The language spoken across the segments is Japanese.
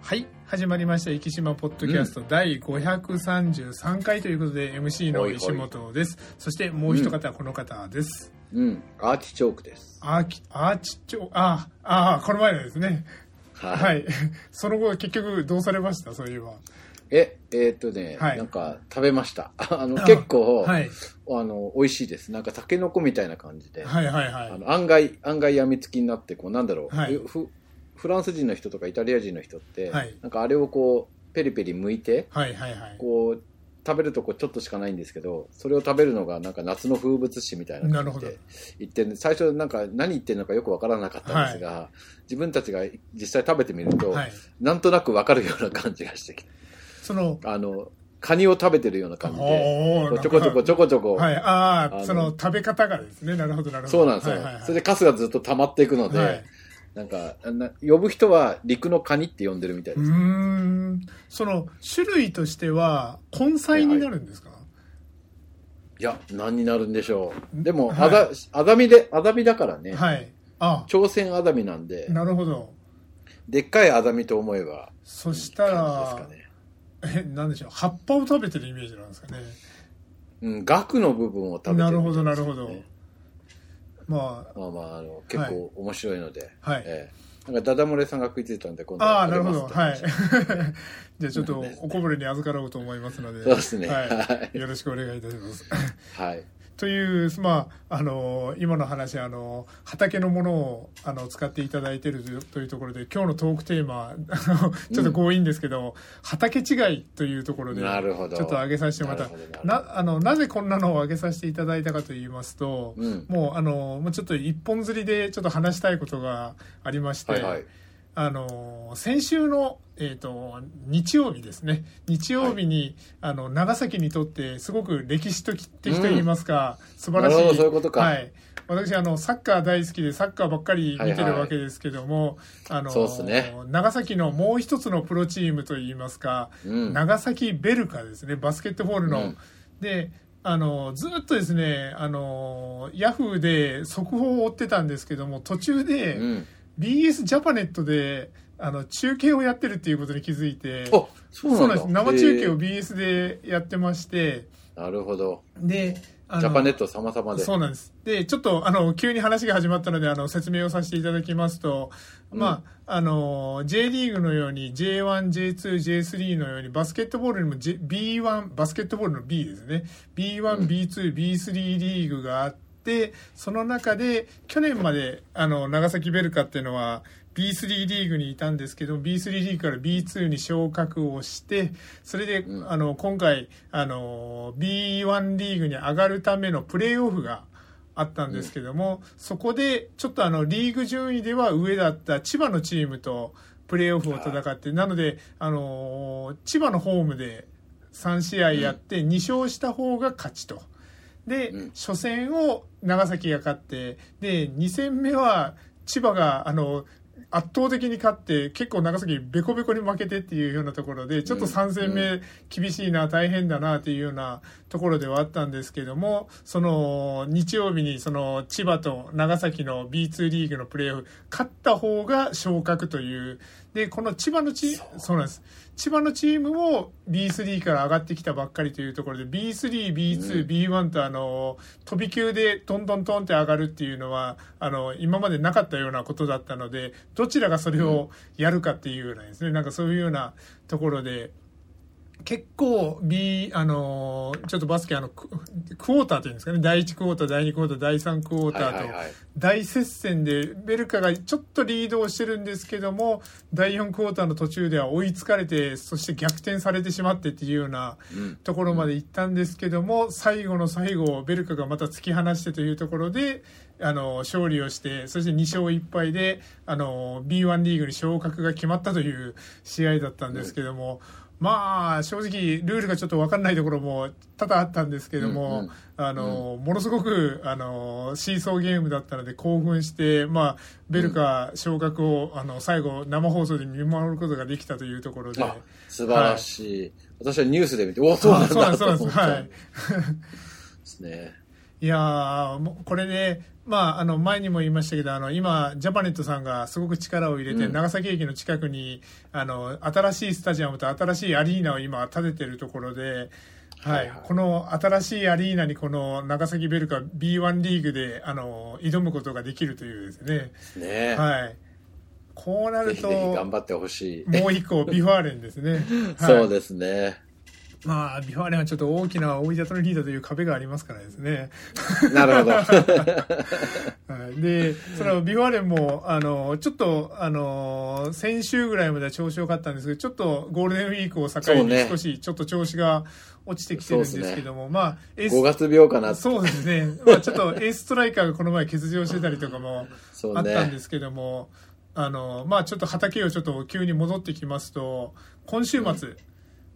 はい始まりました「生島ポッドキャスト」第533回ということで MC の石本ですそしてもう一方この方です、うん、アーティチョークです。アーキアーチチョあーあーこの前のですねははい、 その後結局どうされましたそういえばえ、えーっとね、はいなんか食べました。 あのあ結構、はいあの美味しいです。なんかタケノコみたいな感じで、はいはいはあいの案外案外やみつきになってこうなんだろう、はいフフランス人の人とかイタリア人の人って、はいなんかあれをこうペリペリ剥いてはいはいはいこう。食べるとこちょっとしかないんですけど、それを食べるのがなんか夏の風物詩みたいな感じなるで言ってんで、最初なんか何言ってるのかよくわからなかったんですが、自分たちが実際食べてみると、はいなんとなくわかるような感じがしてきて、そのあの、カニを食べてるような感じで、おーこうちょこちょこちょこちょこ、はいあああのその食べ方がですねなるほどなるほどそうなんですよ、はいはいはいそれでカスがずっと溜まっていくので、はいなんかな、呼ぶ人は陸のカニって呼んでるみたいうです。ーんその種類としては根菜になるんですか、いや、何になるんでしょんう。でも、はいアザアザミで、アザミだからね、はい。あ、朝鮮アザミなんで、なるほど。でっかいアザミと思えば、そしたいいら感じ、ですかね。え、なんでしょう。葉っぱを食べてるイメージなんですかね。うん、額の部分を食べてるなるほみど、たいなでするねほど。ままあまあ、あの、結構面白いので、あ、はい。ええなんかダダ漏れさんが食いついたんで、今度ああ、食なべるまほすど。っては話い。 じゃあちょっとおこぼれに預かろうと思いますので。そうですねは。はいよろしくお願いいたします。はい。という、まあ、あの今の話あの畑のものをあの使っていただいてるというところで今日のトークテーマあのちょっと強引ですけど、畑違いというところでちなるょほっどと上げさせてもらっなるほたどなるなあのなぜこんなのを上げさせていただいたかと言いますと、うんもうあのもうちょっと一本釣りでちょっと話したいことがありまして、はいはい。あの先週の、えー、と日曜日ですね日曜日に、あの長崎にとってすごく歴史的と言いますか、素晴らしなるほいどそういうことかはい、私あのサッカー大好きでサッカーばっかり見てはいるはいわけですけども、あのそうっすね長崎のもう一つのプロチームといいますか、うん長崎ベルカですねバスケットボールの。うんであのずっとですねあのヤフーで速報を追ってたんですけども途中で。うん。 BS ジャパネットであの中継をやってるっていうことに気づいてあ、そうなんだ。です生中継へを BS でやってましてえなるほど。であのジャパネット様々で。そうなんですでちょっとあの急に話が始まったのであの説明をさせていただきますと、まあ、あの J リーグのように J1J2J3 のようにバスケットボールにも、J、B1 バスケットボールの B ですねうん B1B2B3 リーグがあってその中で去年まであの長崎ベルカっていうのは B3 リーグにいたんですけど B3 リーグから B2 に昇格をしてそれで、うんあの今回あの B1 リーグに上がるためのプレーオフがあったんですけども、そこでちょっとあのリーグ順位では上だった千葉のチームとプレーオフを戦ってなので、あのー千葉のホームで3試合やって2勝した方が勝ちと。で、うん初戦を長崎が勝ってで2戦目は千葉があの圧倒的に勝って結構長崎ベコベコに負けてっていうようなところでちょっとうん3戦目、う厳しいな大変だなというようなところではあったんですけどもその日曜日にその千葉と長崎の B2 リーグのプレーオフ勝った方が昇格というでこの千葉のチそうそうなんです千葉のチームも B3 から上がってきたばっかりというところで B3B2B1、B1 とあの飛び級でトントントンって上がるっていうのはあの今までなかったようなことだったのでどちらがそれをやるかっていうようなですね、なんかそういうようなところで結構、B、あのーちょっとバスケあのク、クォーターというんですかね、第1クォーター、第2クォーター、第3クォータはいはいーはとい、大接戦で、ベルカがちょっとリードをしてるんですけども、第4クォーターの途中では追いつかれて、そして逆転されてしまってっていうようなうん。ところまで行ったんですけども、最後の最後、ベルカがまた突き放してというところで、あの、勝利をして、そして2勝1敗で、あの、B1 リーグに昇格が決まったという試合だったんですけども、まあ、正直、ルールがちょっと分かんないところも多々あったんですけども、うんうんあの、ものすごく、あの、シーソーゲームだったので興奮して、まあ、ベルカ昇格を、あの、最後、生放送で見守ることができたというところで、あ、素晴らしい。私はニュースで見て、おそうなんあそうなんだです、そうとなんで思す。ったはんいで。すね。いやーもうこれで、まあ、あの前にも言いましたけどあの今ジャパネットさんがすごく力を入れて、うん長崎駅の近くにあの新しいスタジアムと新しいアリーナを今建ててるところで。ははいいはいこの新しいアリーナにこの長崎ベルカ B1 リーグであの挑むことができるというです ね、ねはい、こうなぜるひ とぜひ頑張ってほしい。もう一個ビファーレンですね、はいそうですね。まあビファーレンはちょっと大きな大分のリーダーという壁がありますからですねなるほど。 はいで、そのビファーレンも、あの、ちょっと、あの、先週ぐらいまでは調子良かったんですけど、ちょっとゴールデンウィークを境そうにね少しちょっと調子が落ちてきてるんですけども、まあ、エース5月病かな。そそうですね。まあ、ちょっとエースストライカーがこの前欠場してたりとかもあったうんねで。すけども、あの、まあ、ちょっと畑をちょっと急に戻ってきますと、今週末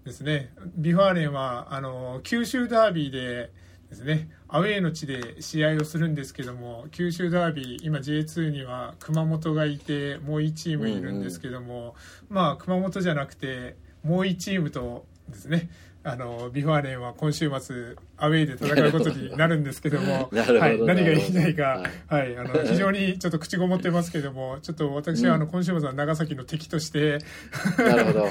ですね、ビファーレンは、あの、九州ダービーでですね、アウェーの地で試合をするんですけども、九州ダービー、今 J2 には熊本がいて、もう1チームいるんですけども、まあ、熊本じゃなくて、もう1チームとですね、あの、ビファーレンは今週末、アウェーで戦うことになるんですけども、なるほどはい、何が言いたいかなはる、い、あの非常にちょっと口ごもってますけど も、ちょっと私はあの今週末は長崎の敵として、なるほど。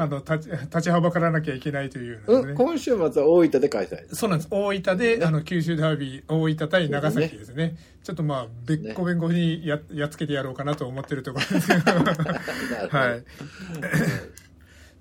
あの立ち立ちはばからなきゃいけないというよ うなうねん、今週末は大分で開催。そうなんです。大分で、あの九州ダービー、大分対長崎ですね。ちょっとまあ、べっこべんこにややっつけてやろうかなと思ってるところですけど。なるほど。はい。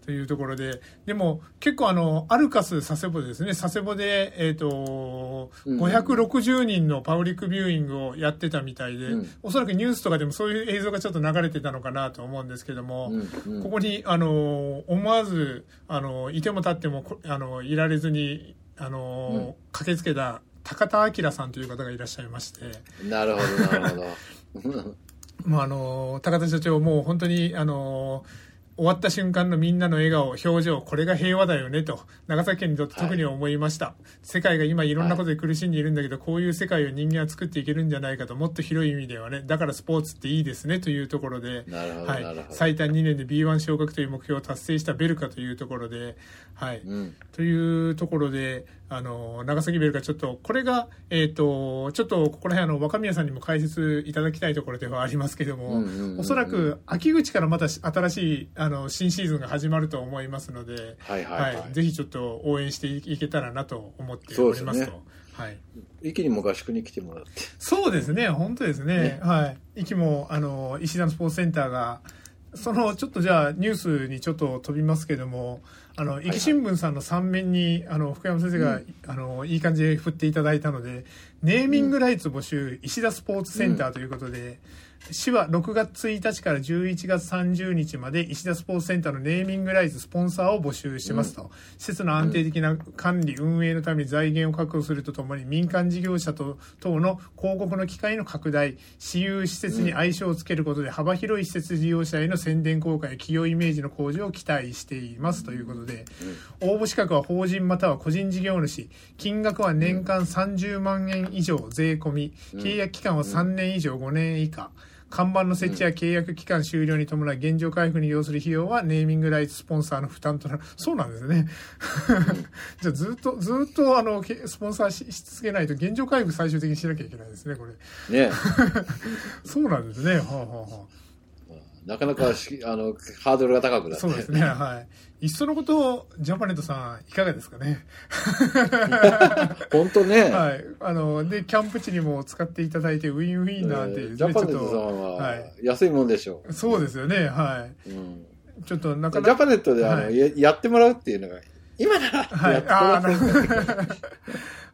というところで、でも結構あの、アルカス佐世保ですね、佐世保で、えっ、と、うん560人のパブリックビューイングをやってたみたいで、うんおそらくニュースとかでもそういう映像がちょっと流れてたのかなと思うんですけども、うんうんここに、あの、思わず、あの、いても立っても、こあの、いられずに、あの、駆けつけた高田明さんという方がいらっしゃいまして、なるほど、なるほど。 まあ、あの高田社長もう本当にあの終わった瞬間のみんなの笑顔表情これが平和だよねと長崎県にとって特に思いました、世界が今いろんなことで苦しんでいるんだけど、こういう世界を人間は作っていけるんじゃないかともっと広い意味ではねだからスポーツっていいですねというところでなるほどはなるいほ、ど最短2年で B1 昇格という目標を達成したベルカというところで、はい、うん。というところで、あの、長崎ベルがちょっと、これが、えっ、と、ちょっと、ここら辺、あの、若宮さんにも解説いただきたいところではありますけども、うんうんうんうんおそらく、秋口からまた新しい、あの、新シーズンが始まると思いますので、はいはいはいぜひちょっと応援していけたらなと思ってそうおでりすまねすと。はい。一気にもう合宿に来てもらって。そうですね、本当ですね。ねはい。息も、あの、石田のスポーツセンターが、その、ちょっとじゃあ、ニュースにちょっと飛びますけども、あの、い息新聞さんの3面に、あの、福山先生が、うあの、いい感じで振っていただいたので、ネーミングライツ募集、石田スポーツセンターということで、市は6月1日から11月30日まで石田スポーツセンターのネーミングライツスポンサーを募集してますと、施設の安定的な管理運営のために財源を確保するとともに民間事業者と等の広告の機会の拡大私有施設に愛称をつけることで幅広い施設利用者への宣伝効果や企業イメージの向上を期待していますということで、応募資格は法人または個人事業主金額は年間30万円以上税込み契約期間は3年以上5年以下看板の設置や契約期間終了に伴う現状回復に要する費用はネーミングライツスポンサーの負担となるそうなんですね じゃあずっとずっとあのけスポンサーしし続けないと現状回復最終的にしなきゃいけないですねこれ ね。そうなんですねはあはあはあなかなかし、あの、ハードルが高くなって。そうですね、はい。いっそのこと、ジャパネットさん、いかがですかね。本当ね。はい。あの、で、キャンプ地にも使っていただいて、ウィンウィンなんていうね、ジャパネッちょトっさとんは。はい安いもんでしょそうですよね、はう。うんい。ちょっとなかジなャか。パネットであの、はややってもらうっていうのが、今ならはいやって。もあらあ、っなるほど。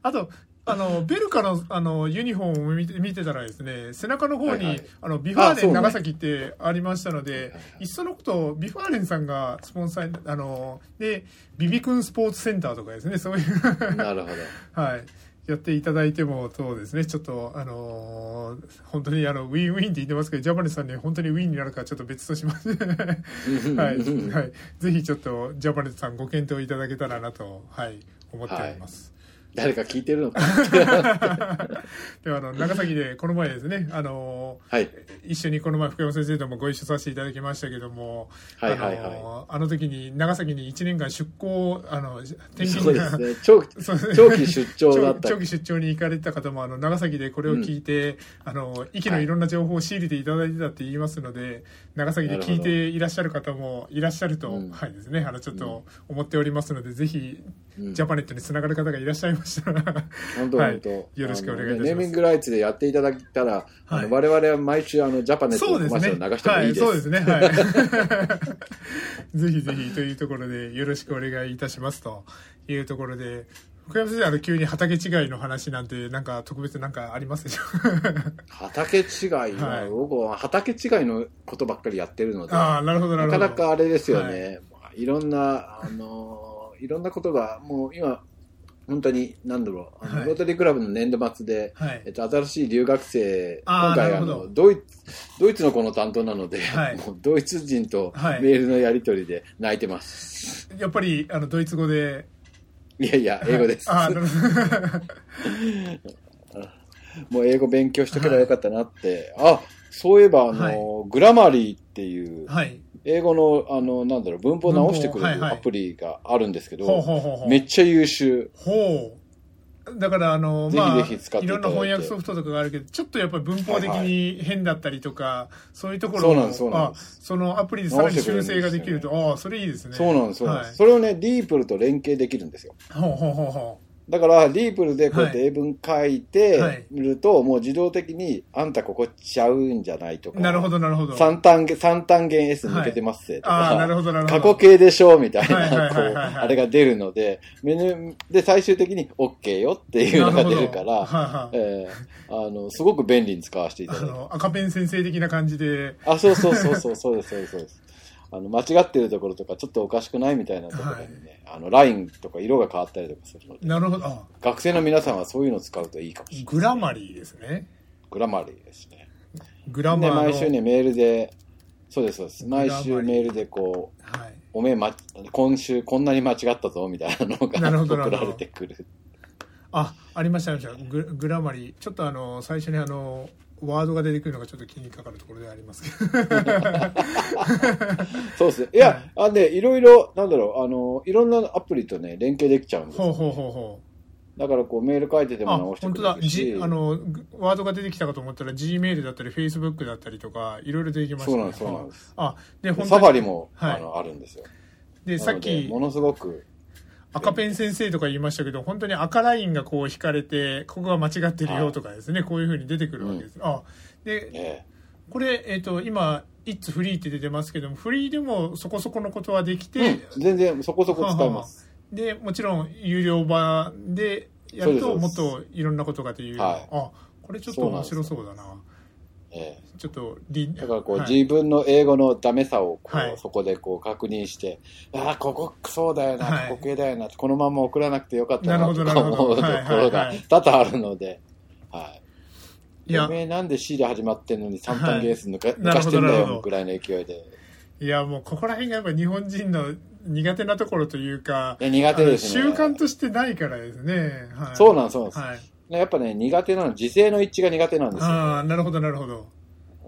あと、あの、ベルカの、あの、ユニフォームを見て見てたらですね、背中の方に、はいはいあの、ビファーあレそうンね長崎ってありましたのはいではい、いっそのこと、ビファーレンさんがスポンサーに、あの、で、ビビ君スポーツセンターとかですね、そういう。なるほど。はい。やっていただいても、そうですね。ちょっと、あのー本当にあの、ウィンウィンって言ってますけど、ジャパネさんね、本当にウィンになるかちょっと別とします。はい。はい。ぜひちょっと、ジャパネさんご検討いただけたらなと、はい、思っております。誰か聞いてるのか。ではあの長崎でこの前ですねあのはい。一緒にこの前福山先生ともご一緒させていただきましたけども、はいはいあはのあの時に長崎に1年間出向あの転い。勤そうですね。長 期、そうですね長期出張だ長った。長期出張に行かれてた方もあの長崎でこれを聞いて、あの息のいろんな情報を仕入れていただいてたって言いますので、長崎で聞いていらっしゃる方もいらっしゃると、うんはいですねあのちょっと思っておりますので、ぜひうんジャパネットにつながる方がいらっしゃいましたら、本当、はい本当。よろしくお願いいたしますあのねネーミングライツでやっていただけたら、あの我々は毎週あのジャパネットそのうコですマーシねャル流してもはいいいです。そうですねはいぜひぜひという ところでよろしくお願いいたしますというところで福山先生あの急に畑違いの話なんてなんか特別なんかありますでしょうか畑違いは、はい僕は畑違いのことばっかりやってるので、 ああななるほどなるほかどなかあれですよね。い、ろんな、あのーいろんなことが、もう今、本当に、なんだろう、あのはいロータリークラブの年度末で、はえっいと、新しい留学生、あー今回なあるほどのドイツ、ドイツの子の担当なので、はい もうドイツ人とはいメールのやり取りで泣いてます。やっぱりあのドイツ語でい、やいや、英語です。ああなるほど もう英語勉強しとけばよかったなって。あ、そういえば、あの、はいグラマリーっていう、はい英語の、あの、なんだろう、文法を直してくれ文る法はいはアいプリがあるんですけど、ほうほうほうほうめっちゃ優秀。ほうだからあのぜひまあぜひ使っていいただろいんてな翻訳ソフトとかがあるけどちょっとやっぱり文法的はいはに変だったりとか、そういうところそうをなんです、そうなんあです。そのアプリでさらに修正ができると、ああ、それいいですね。そうなんです、そうなんです。はいそれをね、ディープルと連携できるんですよ。ほうほうほうほだから、ディープルでこうやって英文書いはいてみると、もう自動的に、あんたここちゃうんじゃないとか、う。なるほど、なるほど。三単元、三単元 S 抜けてますぜとああ、なるか、ほど、なるほ過ど。去形でしょみたいはいはいな、こはういはいはい、あれが出るので、メニューで最終的に OK よっていうのが出るなほかどら、はいはい。えーあの、すごく便利に使わせていただあいて。の、赤ペン先生的な感じで、あ、そうそうそうそう、そうです、そうです、そうです。あの、間違ってるところとか、ちょっとおかしくないみたいなところにね、あの、ラインとか色が変わったりとかするので、なるほど、あ学生の皆さんはそういうのを使うといいかもしれない。グラマリーですね。グラマリーですね。グラマで、ーの。毎週ね、メールで、そうです、そうです。グラマ毎リー週メールでこう、はい。おめえ、ま、今週こんなに間違ったぞ、みたいなのなるがほど送られてくる。あ、ありました、ありました。ググラマリー。ちょっとあの、最初にあの、ワードが出てくるのがちょっと気にかかるところではあり ますけど。そうですね。いや、あ、で、いろいろ、なんだろう、あの、いろんなアプリとね、連携できちゃうんですよほうほうほうほう。だからこう、メール書いててもあ直して本く当れだるし G あのグワードが出てきたかと思ったら G メールだったり Facebook だったりとかいろいろ出てきましたそうなんです、そうなんです。あで本当にサファリも、はいあのあるんですよ。でさっなのできものすごく、赤ペン先生とか言いましたけど本当に赤ラインがこう引かれてここが間違ってるよとかですね、こういうふうに出てくるわけです、あでね、これ、えっと今「It's Free」って出てますけどもフリーでもそこそこのことはできて、全然そこそこ使えます。でもちろん有料版でやるとそうもでっすといろんなことがという、はいあこれちょっと面白そうだなえちょっとリえだからこう、はい自分の英語のダメさをこう、はいそこでこう確認して、ああ、ここそうだよな、はいここ系だよな、このまま送らなくてよかっなたなるほどとかなる思ほどうとこはいろはがいはい多々あるので、はい。いやおめえなんで C で始まってんのに三は単い元数抜か,、なる抜かほどしてんだなるほどよ、ぐらいの勢いで。いやもうここら辺がやっぱ日本人の苦手なところというかいや苦手ですねあの習慣としてないからですね、はい、そうなんですそうなんですはい、ねやっぱね、苦手なの、時勢の一致が苦手なんですよ。ああなるほどなるほど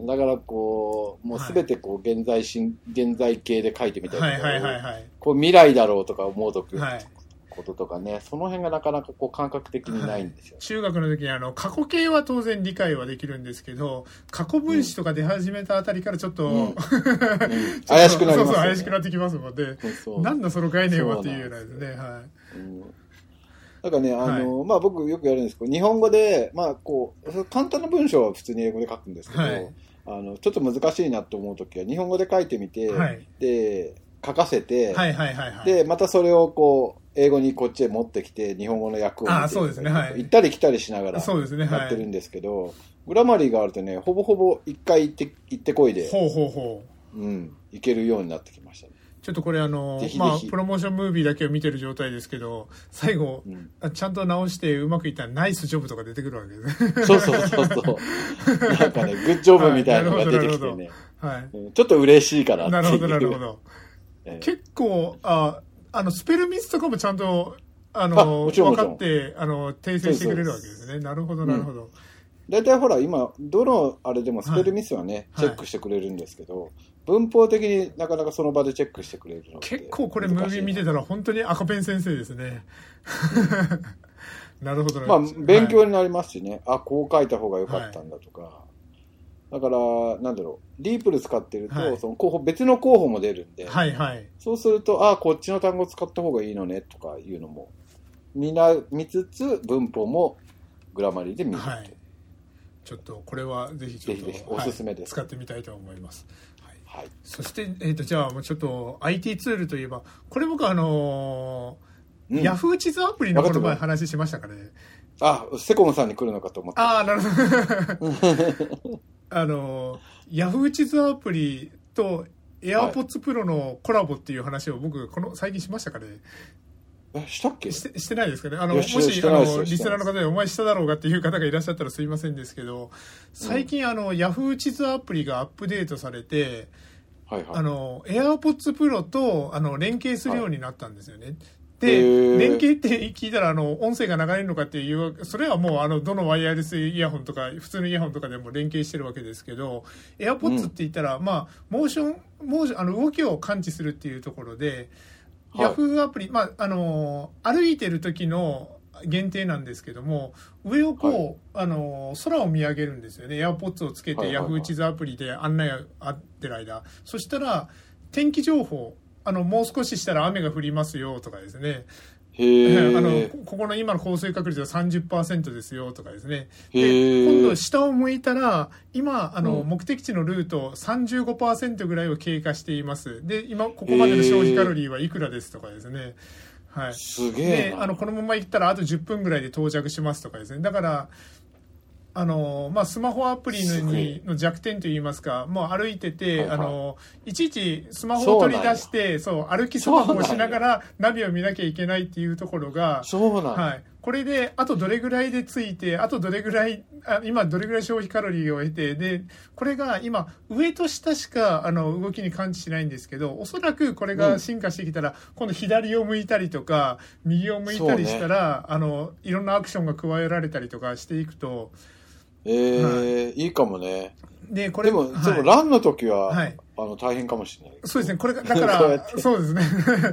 だからこう、もうすべてこう、現在進、現在形で書いてみたはいりとかはいはいはいこう、未来だろうとか思うとくはいこととかね、その辺がなかなかこう、感覚的にないんです よ。中学の時にあの過去形は当然理解はできるんですけど過去分子とか出始めたあたりからちょっと、うん そう怪しくなりますよねそう怪しくなってきますのでそうそうなんだその概念はっていうようなですねはうんなんかね、あの、まあ僕よくやるんですけど、日本語で、まあこう、簡単な文章は普通に英語で書くんですけど、はいあの、ちょっと難しいなと思うときは、日本語で書いてみて、い、はい、で、書かせて、はいはいはいはいで、またそれをこう、英語にこっちへ持ってきて、日本語の訳を見てあーそうですねはい行ったり来たりしながら、そうですねはやってるいんですけど、グラマリーがあるとね、ほぼほぼ一回行って、行ってこいで、ほうほうほううん、行けるようになってきましたね。ちょっとこれあのぜひぜひまあ、プロモーションムービーだけを見てる状態ですけど最後う、んあちゃんと直してうまくいったらナイスジョブとか出てくるわけですね そうそうそうそう。 なんかね、グッジョブみたいなのが出てきてはいなね、はいうんちょっと嬉しいかなってなるほいう。どなるほどええ結構ああのスペルミスとかもちゃんとああのもちろん分もちかろんってあの訂正してくれるわけですね。なるほどなるほど。大体ほら、今、どのあれでもスペルミスはね、はいチェックしてくれるんですけど、文法的になかなかその場でチェックしてくれるのって結構これムービー見てたら本当に赤ペン先生ですね。 なるほどねまあ、勉強はいになりますしね、あこう書いた方が良かったんだとか、だから、なんだろう、ディープル使ってると、はいその候補別の候補も出るんで、はいはい。そうすると、あこっちの単語使った方がいいのねとかいうのも見な見つつ、文法もグラマリーで見るって、はいちょっとこれはぜひちょっとぜひぜひおすすめですはい使ってみたいと思います。はいはいそして、えー、とじゃあもうちょっと IT ツールといえばこれ僕あのうんヤフー地図アプリのこの前わか話しましたかねあセコムさんに来るのかと思った。ああなるほ どあのヤフー地図アプリと AirPods Pro のコラボっていう話を僕この最近しましたかねえしたっけしてしてないですかねあのもいやししてないしてあないですのよリスナーの方でお前しただろうがっていう方がいらっしゃったらすいませんですけど最近あの、ヤフー地図アプリがアップデートされてはいはい。あの AirPods Pro とあの連携するようになったんですよね。へでー連携って聞いたらあの音声が流れるのかっていうそれはもうあのどのワイヤレスイヤホンとか普通のイヤホンとかでも連携してるわけですけど AirPods って言ったら、まあモーションモーションあの動きを感知するっていうところで、はいヤフーアプリ、まああの歩いてる時の限定なんですけども上をこう、あの空を見上げるんですよね AirPods をつけはていはいは Yahoo い地図アプリで案内があってる間そしたら天気情報あのもう少ししたら雨が降りますよとかですね、へえ。 あのこここの今の降水確率は30%ですよとかですねへでえ今度下を向いたら今あの、うん目的地のルート35%ぐらいを経過していますで今ここまでの消費カロリーはいくらですとかですね、はい、すげえでな。あのこのまま行ったらあと10分ぐらいで到着しますとかですねだからあの、まあ、スマホアプリすのごにいの弱点といいますかもう歩いてて、はいはあいのいちいちスマホを取り出してそう歩きスマホをしながらナビを見なきゃいけないっていうところが。そうなんだ、はい、これであとどれぐらいでついてあとどれぐらいあ今どれぐらい消費カロリーを得てでこれが今上と下しかあの動きに感知しないんですけどおそらくこれうがん進化してきたら、今度左を向いたりとか右を向いたりしたら、あのいろんなアクションが加えられたりとかしていくとえーい、いかもね。でこれでも、はいでもランの時は、はいあの大変かもしれない。そうですね、これが、だか こうやらっ、てそうですね。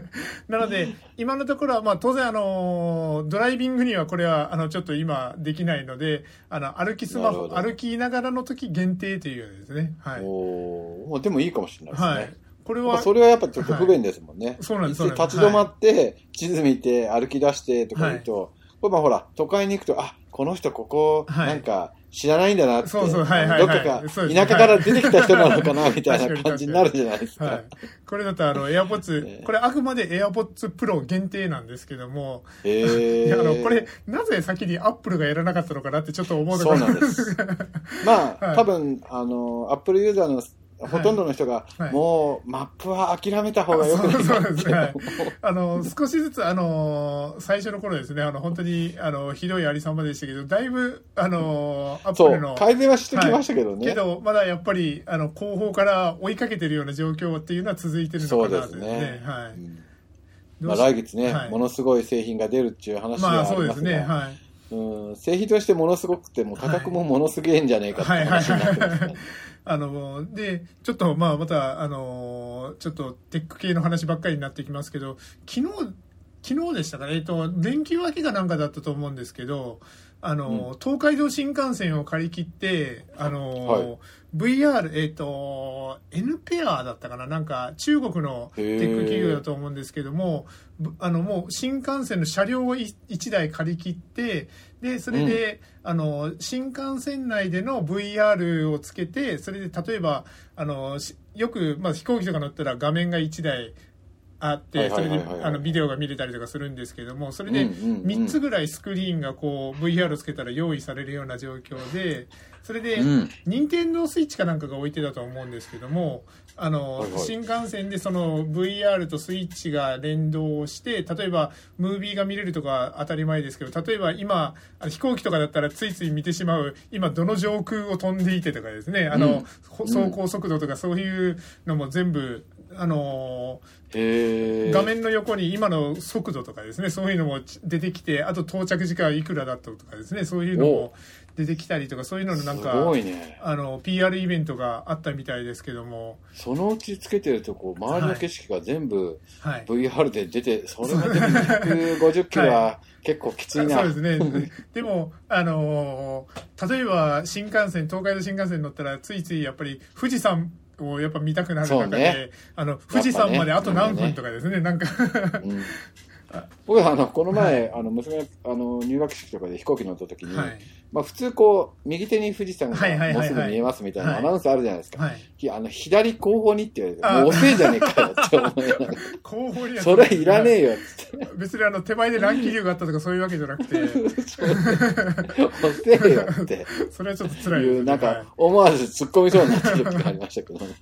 なので、今のところは、まあ当然、あの、ドライビングにはこれは、あの、ちょっと今できないので、あの、歩きスマホ、なるほど歩きながらの時限定というようですね。はい。おーもうでもいいかもしれないですね。はい。これやっぱは、それはやっぱちょっと不便ですもんね。そうなんです一斉そにうなんで立すち止まって、地図見て、歩き出してとか言うと、これまあほら、都会に行くと、あ、この人ここ、はいなんか知らないんだなって、そうそうはいはいはいどっかか、そうです田舎から出てきた人なのかな、みた確かに確いなかに感じになるじゃないですか。はい。これだと、あの、ね AirPods、これあくまで AirPods Pro 限定なんですけども、えいーやあの、これ、なぜ先に Apple がやらなかったのかなってちょっと思うとこそうろなんです。まあ、はい多分、あの、アップルユーザーのほとんどの人が、はいもう、マップは諦めた方がよくそなういそかうってですねはい。あの、少しずつ、あの、最初の頃ですね、あの、本当に、あの、ひどいありさまでしたけど、だいぶ、あの、アップそルうの、、改善はしてきましたけどね。けど、まだやっぱり、あの、後方から追いかけてるような状況っていうのは続いてるのそうかでなすとね。はうい。んどまうあ、し来月ね、はいものすごい製品が出るっていう話まはあ、あそうりでますすが、ね、はい。うん、製品としてものすごくても、価格もものすげえんじゃねえかってはいはい話になってますね。はい。あの、で、ちょっとまあまた、あの、ちょっとテック系の話ばっかりになってきますけど、昨日、昨日でしたかね、えっと、連休明けかなんかだったと思うんですけど、あの、東海道新幹線を借り切って、あの、は VR、えっ、と、N ペアだったかな、なんか中国のテック企業だと思うんですけども、ぶあの、もう新幹線の車両を1台借り切って、で、それで、あの、新幹線内での VR をつけて、それで例えば、あの、しよく、まあ、飛行機とか乗ったら画面が1台あっはて、いそはいれはいはいで、あの、ビデオが見れたりとかするんですけども、それで、うんうんうん3つぐらいスクリーンがこう VR つけたら用意されるような状況でそれでうん任天堂スイッチかなんかが置いてたと思うんですけどもあのはいはい新幹線でその VR とスイッチが連動して例えばムービーが見れるとか当たり前ですけど例えば今あの飛行機とかだったらついつい見てしまう今どの上空を飛んでいてとかですねあの、うんほ走行速度とかそういうのも全部あのへえ。画面の横に今の速度とかですねそういうのもち出てきてあと到着時間いくらだったとかですねそういうのも出てきたりとかそういうののなんすかごいね。あの PR イベントがあったみたいですけどもそのうちつけてるとこ、周りの景色が全部はい VR で出て、それがでも150キロは結構きついな。そうです ねでも、あのー例えば新幹線東海道新幹線に乗ったらついついやっぱり富士山をやっぱ見たくなるそ中うで、ねあの富士山まであと何やっぱ分ねとかですねなんかうん僕あのこの前、あの娘があの入学式とかで飛行機乗った時 に、はいまあ、普通こう右手に富士山がはいはいはいはいもうすぐ見えますみたいなはいアナウンスあるじゃないですか、はいひあの左後方にって言われてあもう遅えじゃねえかよって 思いなが後方にらそれいらねええよっつって別にあの手前で乱気流があったとかそういうわけじゃなくて遅えよってそれはちょっと辛いですいねうなんはいか思わず突っ込みそうになった時がありましたけどね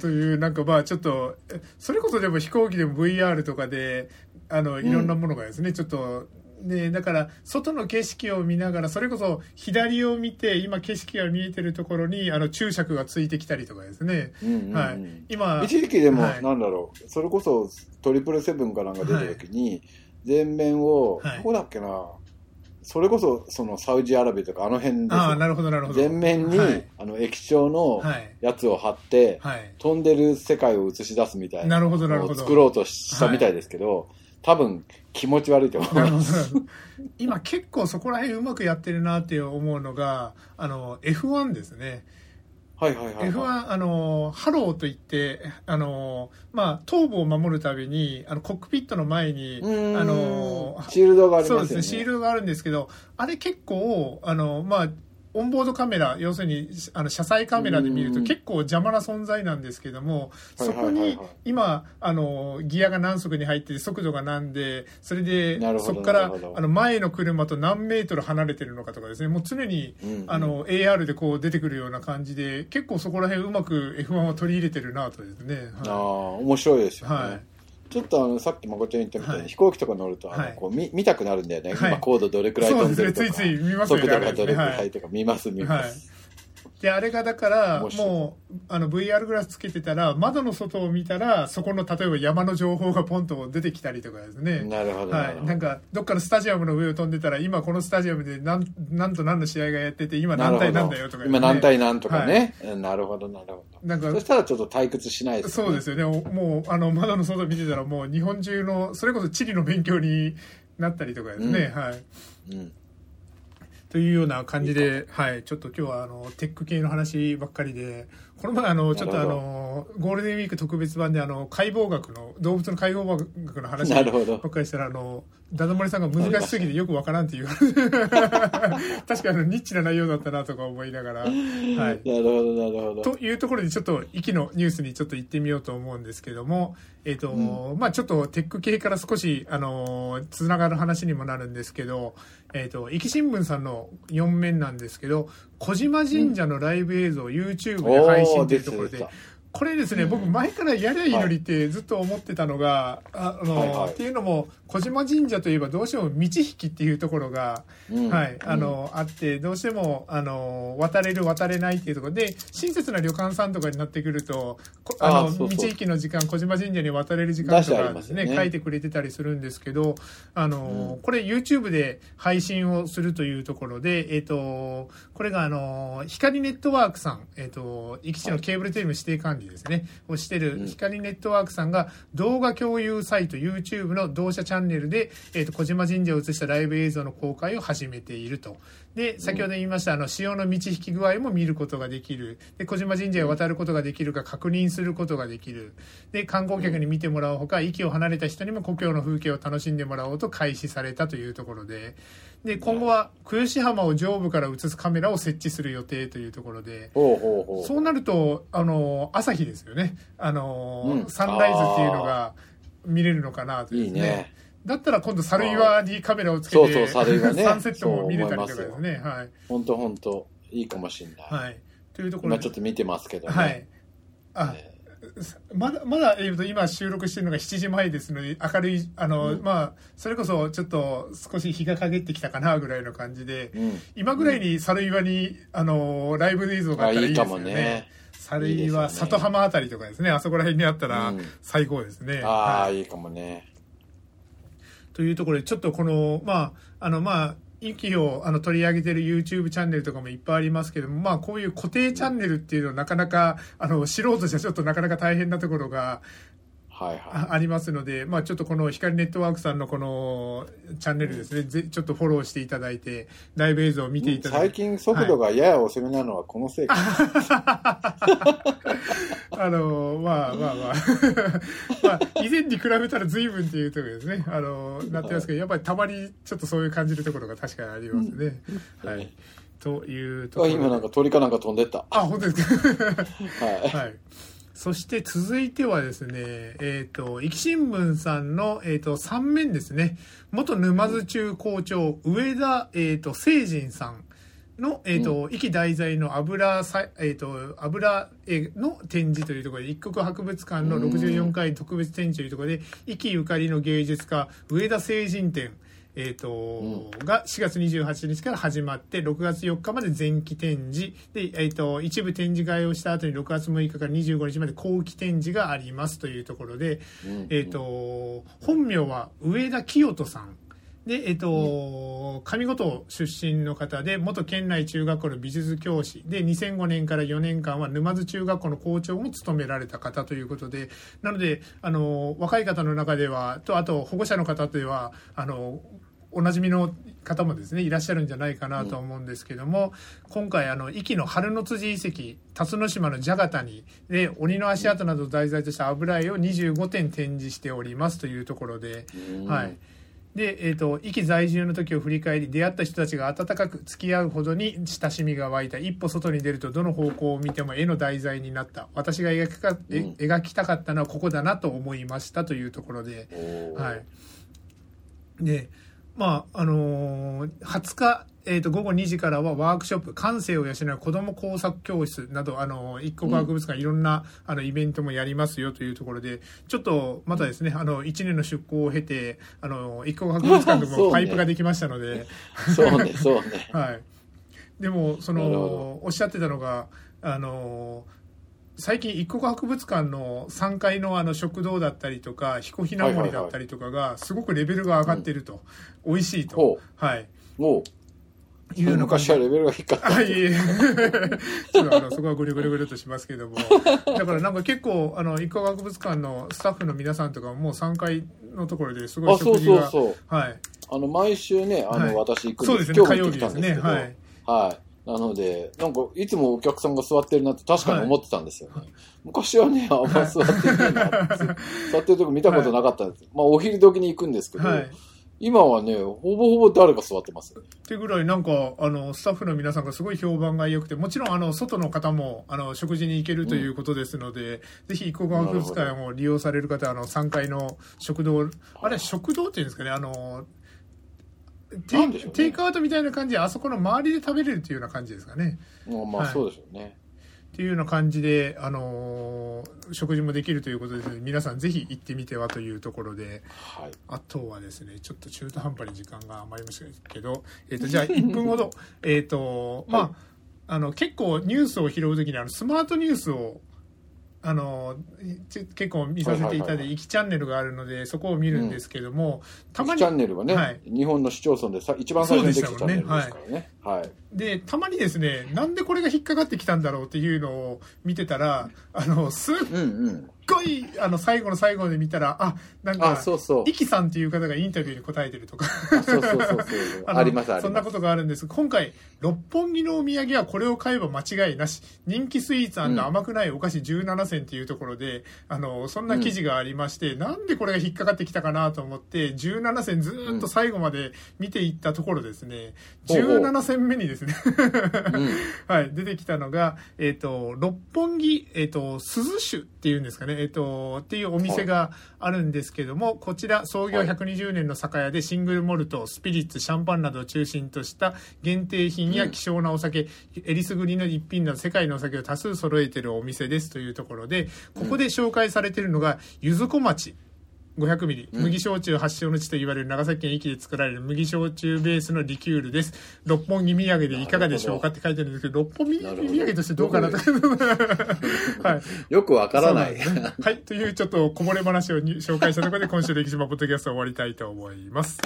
というなんかまあちょっとえそれこそでも飛行機でも VR とかであのいろんなものがですね、ちょっと。ね、だから外の景色を見ながらそれこそ左を見て今景色が見えてるところにあの注釈がついてきたりとかですね、うんうんうんはい、今一時期でも、はいなんだろうそれこそトリプルセブンかなんか出た時に、全面を、はいどこだっけなそれこそそのサウジアラビアとかあの辺ですよああなるほどなるほど全面に、はいあの液晶のはいやつを貼って、はい飛んでる世界を映し出すみたいななるほどなるのほをど作ろうとしたみたいですけど、多分気持ち悪いと思いなるまほどす。 今結構そこら辺うまくやってるなって思うのがあの F1 ですねはいはいはい、はい。 F1 あのハローといってあの、まあ、頭部を守るためにあのコックピットの前にうーんあのシールドがありそますようね。ですねシールドがあるんですけどあれ結構あの、まあ、オンボードカメラ要するにあの車載カメラで見るうとん結構邪魔な存在なんですけどもはそいはいこはいはいに今あのギアが何速に入ってて速度が何でそれでなるほどそこからなるほどあの前の車と何メートル離れてるのかとかですねもう常にうんあの AR でこう出てくるような感じで結構そこら辺うまく F1 を取り入れてるなとですね。はいああ、面白いですよね。はいちょっとあのさっきまこちゃん言ったみたいに、はい飛行機とか乗るとあの、はいこう見見たくなるんだよね、はい今高度どれくらいそ飛うんでですねるとつか、いつい見ますよね速度あれがどれくはらいいとか見ます見まはいす、。で、あれがだから、面白いもう、あの、VR グラスつけてたら、窓の外を見たら、そこの、例えば山の情報がポンと出てきたりとかですね。なるほど、なはるほい。どなんか、どっかのスタジアムの上を飛んでたら、今このスタジアムで何、なんと何の試合がやってて、今何対何だよとか、今何。対何とかね、うんなるほどなるほどなんかそしたらちょっと退屈しないですねそうですよね。おもう、あの、窓の外見てたら、もう日本中の、それこそ地理の勉強になったりとかですね。はい。うんというような感じで、はい、ちょっと今日はあのテック系の話ばっかりで、この前あのちょっとあなるほどのゴールデンウィーク特別版であの解剖学の動物の解剖学の話ば なっるほどかりしたらあのダダ漏れさんが難しす ぎてよくわからんっていう 確かにあのニッチな内容だったなとか思いながら、はい。なるほどなるほどというところでちょっと息のニュースにちょっと行ってみようと思うんですけども、えっとまあ、ちょっとテック系から少し、あのーつながる話にもなるんですけど、えっと生き新聞さんの4面なんですけど小島神社のライブ映像を YouTube で配信というところで。おー出てたこれですね、僕前からやりゃいいのにってずっと思ってたのが、ああのーはいはいっていうのも小島神社といえばどうしても道引きっていうところが、うんはい、あの、あって、どうしても、あの、渡れる、渡れないっていうところで、親切な旅館さんとかになってくると、こあの、あそうそう道行きの時間、小島神社に渡れる時間と出してあかりでますすね、よね書いてくれてたりするんですけど、あの、これ YouTube で配信をするというところで、えっ、と、これがあの、光ネットワークさん、えっ、と、行き地のケーブルテレビの指定管理ですね、をしてる光ネットワークさんが動画共有サイト YouTube の同社チャンネルで、えっ、と、小島神社を映したライブ映像の公開を始めていると。で、先ほど言いました、あの、潮の満ち引き具合も見ることができる。で、小島神社へ渡ることができるか確認することができる。で、観光客に見てもらうほか、息を離れた人にも故郷の風景を楽しんでもらおうと開始されたというところで、で、今後は、久吉浜を上部から映すカメラを設置する予定というところで、ほうほうほうそうなると、あの、朝日ですよね。あのう、んサンライズっていうのが見れるのかなといういいねだったら今度、猿岩にカメラをつけて、そうそう猿岩ねサンセットも見れたりとかですそう思ね。はい。本当本当いいかもしれない、はい。というところ今で。ちょっと見てますけどね、はい。あ、まだ、まだ、えっと、今収録してるのが7時前ですので、明るい、あの、うんまあ、それこそ、ちょっと少し日が陰ってきたかな、ぐらいの感じで、うん今ぐらいに猿岩に、あの、ライブ映像がああったらいいいいでかすよもね。ね猿入りは里浜あたりとかですね、あそこら辺にあったらうん最高ですね。ああ、はいいかもね。というところで、ちょっとこの、まあ、あの、まあ、息をあの取り上げてる YouTube チャンネルとかもいっぱいありますけども、まあ、こういう固定チャンネルっていうのはなかなか、あの、素人じゃちょっとなかなか大変なところがはいはあありますので、まあ、ちょっとこの光ネットワークさんのこのチャンネルですね、ぜちょっとフォローしていただいて、ライブ映像を見ていい。ただい最て、近速度がやや遅めなのはこのせいか。あのまあまあまあ、 まあ、以前に比べたら随分っていうところですね、あのなってますけど、やっぱりたまにちょっとそういう感じるところが確かにありますね。はい、というとこあろで 今なんか鳥かなんか飛んでった。あ、本当ですか。 はい。はい。そして続いてはですね、えっ、と、生き新聞さんの、えっ、と、3面ですね、元沼津中校長、上田、えっ、と、聖人さんの、えっ、と、生き題材の油さ、えっ、と、油絵の展示というところで、一国博物館の64回特別展示というところで、生きゆかりの芸術家、上田聖人展、えーとが4月28日から始まって6月4日まで前期展示で、えー、と一部展示会をした後に6月6日から25日まで後期展示がありますというところで、うんえー、と本名は上田清人さんで、えっと、上五島出身の方で、元県内中学校の美術教師で、2005年から4年間は沼津中学校の校長も務められた方ということで、なので、あの、若い方の中では、と、あと保護者の方では、あの、おなじみの方もですね、いらっしゃるんじゃないかなと思うんですけども、今回、あの、壱岐の春の辻遺跡、辰野島の蛇ヶ谷で、鬼の足跡などを題材とした油絵を25点展示しておりますというところで、うんはい。で、えっ、と、壱岐在住の時を振り返り、出会った人たちが温かく付き合うほどに親しみが湧いた。一歩外に出ると、どの方向を見ても絵の題材になった。私が描きか、えうん描きたかったのはここだなと思いましたというところで、おーはい。で、まあ、あのー20日、えー、と午後2時からはワークショップ「感性を養う子ども工作教室」など、あのー一国博物館いろんな、あのイベントもやりますよというところでちょっとまたですね、あの1年の出向を経て、あのー一国博物館と そうもねパイプができましたので。そうね、そう ね。はい、でもそなるほのおっしゃってたのがあの最近一国博物館の3階のあの食堂だったりとか彦ひなはい盛はいりはいだったりとかがすごくレベルが上がってると、美味しいとほ、はい、もう、いうのが昔はレベルが低かった。あ、いえいえ。ちょっとあの、そこはぐるぐるぐるっとしますけども。だからなんか結構、あの、一科博物館のスタッフの皆さんとかももう3階のところです ごいあ、そ食う事そが。うそう。はい。あの、毎週ね、あの、はい私行くそんうでですすね、火今日も行曜っ日てきでたんすですね。けど、ははいい。。なので、なんか、いつもお客さんが座ってるなって確かに思ってたんですよね。はい昔はね、あんま座ってないな、 座ってるとこ見たことなかったんです。まあ、お昼時に行くんですけど、はい。今はね、ほぼほぼ誰か座ってますよね。ってぐらいなんかあのスタッフの皆さんがすごい評判が良くてもちろんあの外の方もあの食事に行けるということですので、ぜひ一国博物館を利用される方はあの3階の食堂あれ食堂っていうんですかねあのテイなんでしょうねテイクアウトみたいな感じであそこの周りで食べれるというような感じですかねまあ、まあはいそうでしょうね。っていうような感じで、あのー食事もできるということですので皆さんぜひ行ってみてはというところではい。あとはですね、ちょっと中途半端に時間が余りましたけど、えっ、と、じゃあ1分ほ ど、えっと、まあ、はいあの、結構ニュースを拾うときに、あの、スマートニュースを、あの、ち結構見させていただはいいはいはいて、いきチャンネルがあるので、そこを見るんですけども、たまチにャン、ネルはね、はい日本の市町村でさ一番最初にできたチャンネルですからね。はい。で、たまにですね、なんでこれが引っかかってきたんだろうっていうのを見てたら、あの、すっうんうん。ごい、あの、最後の最後で見たら、あ、なんあ、か、そうそう。イキさんっていう方がインタビューに答えてるとか。あそ うそうそうそう。のあります、ありそんなまこす。とがあるんです今回六本木のお土産はこれを買えば間違いなし人気スイーツうん甘くないお菓子17選っていうところで、あのそんな記事がありまして、なんでこれが引っかかってきたかなと思って17選ずーっと最後まで見ていったところですね、うん17選目にですね、うん。 はい、出てきたのが、えっと六本木、えっと鈴酒っていうんですかね、えっとっていうお店があるんですけども、こちら創業はい120年の酒屋でシングルモルトスピリッツシャンパンなどを中心とした限定品うやん希少なお酒、えりすぐりの一品など世界のお酒を多数揃えているお店ですというところでここで紹介されているのが柚子小町。 500ミリ、麦焼酎発祥の地と言われる長崎県壱岐で作られる麦焼酎ベースのリキュールです六本木土産でいかがでしょうかって書いてあるんですけど六本木な土るほど産としてどうかな とはいよくわからない。そうなんですねはいというちょっとこぼれ話をに紹介したところで今週の歴史マポッドキャストを終わりたいと思います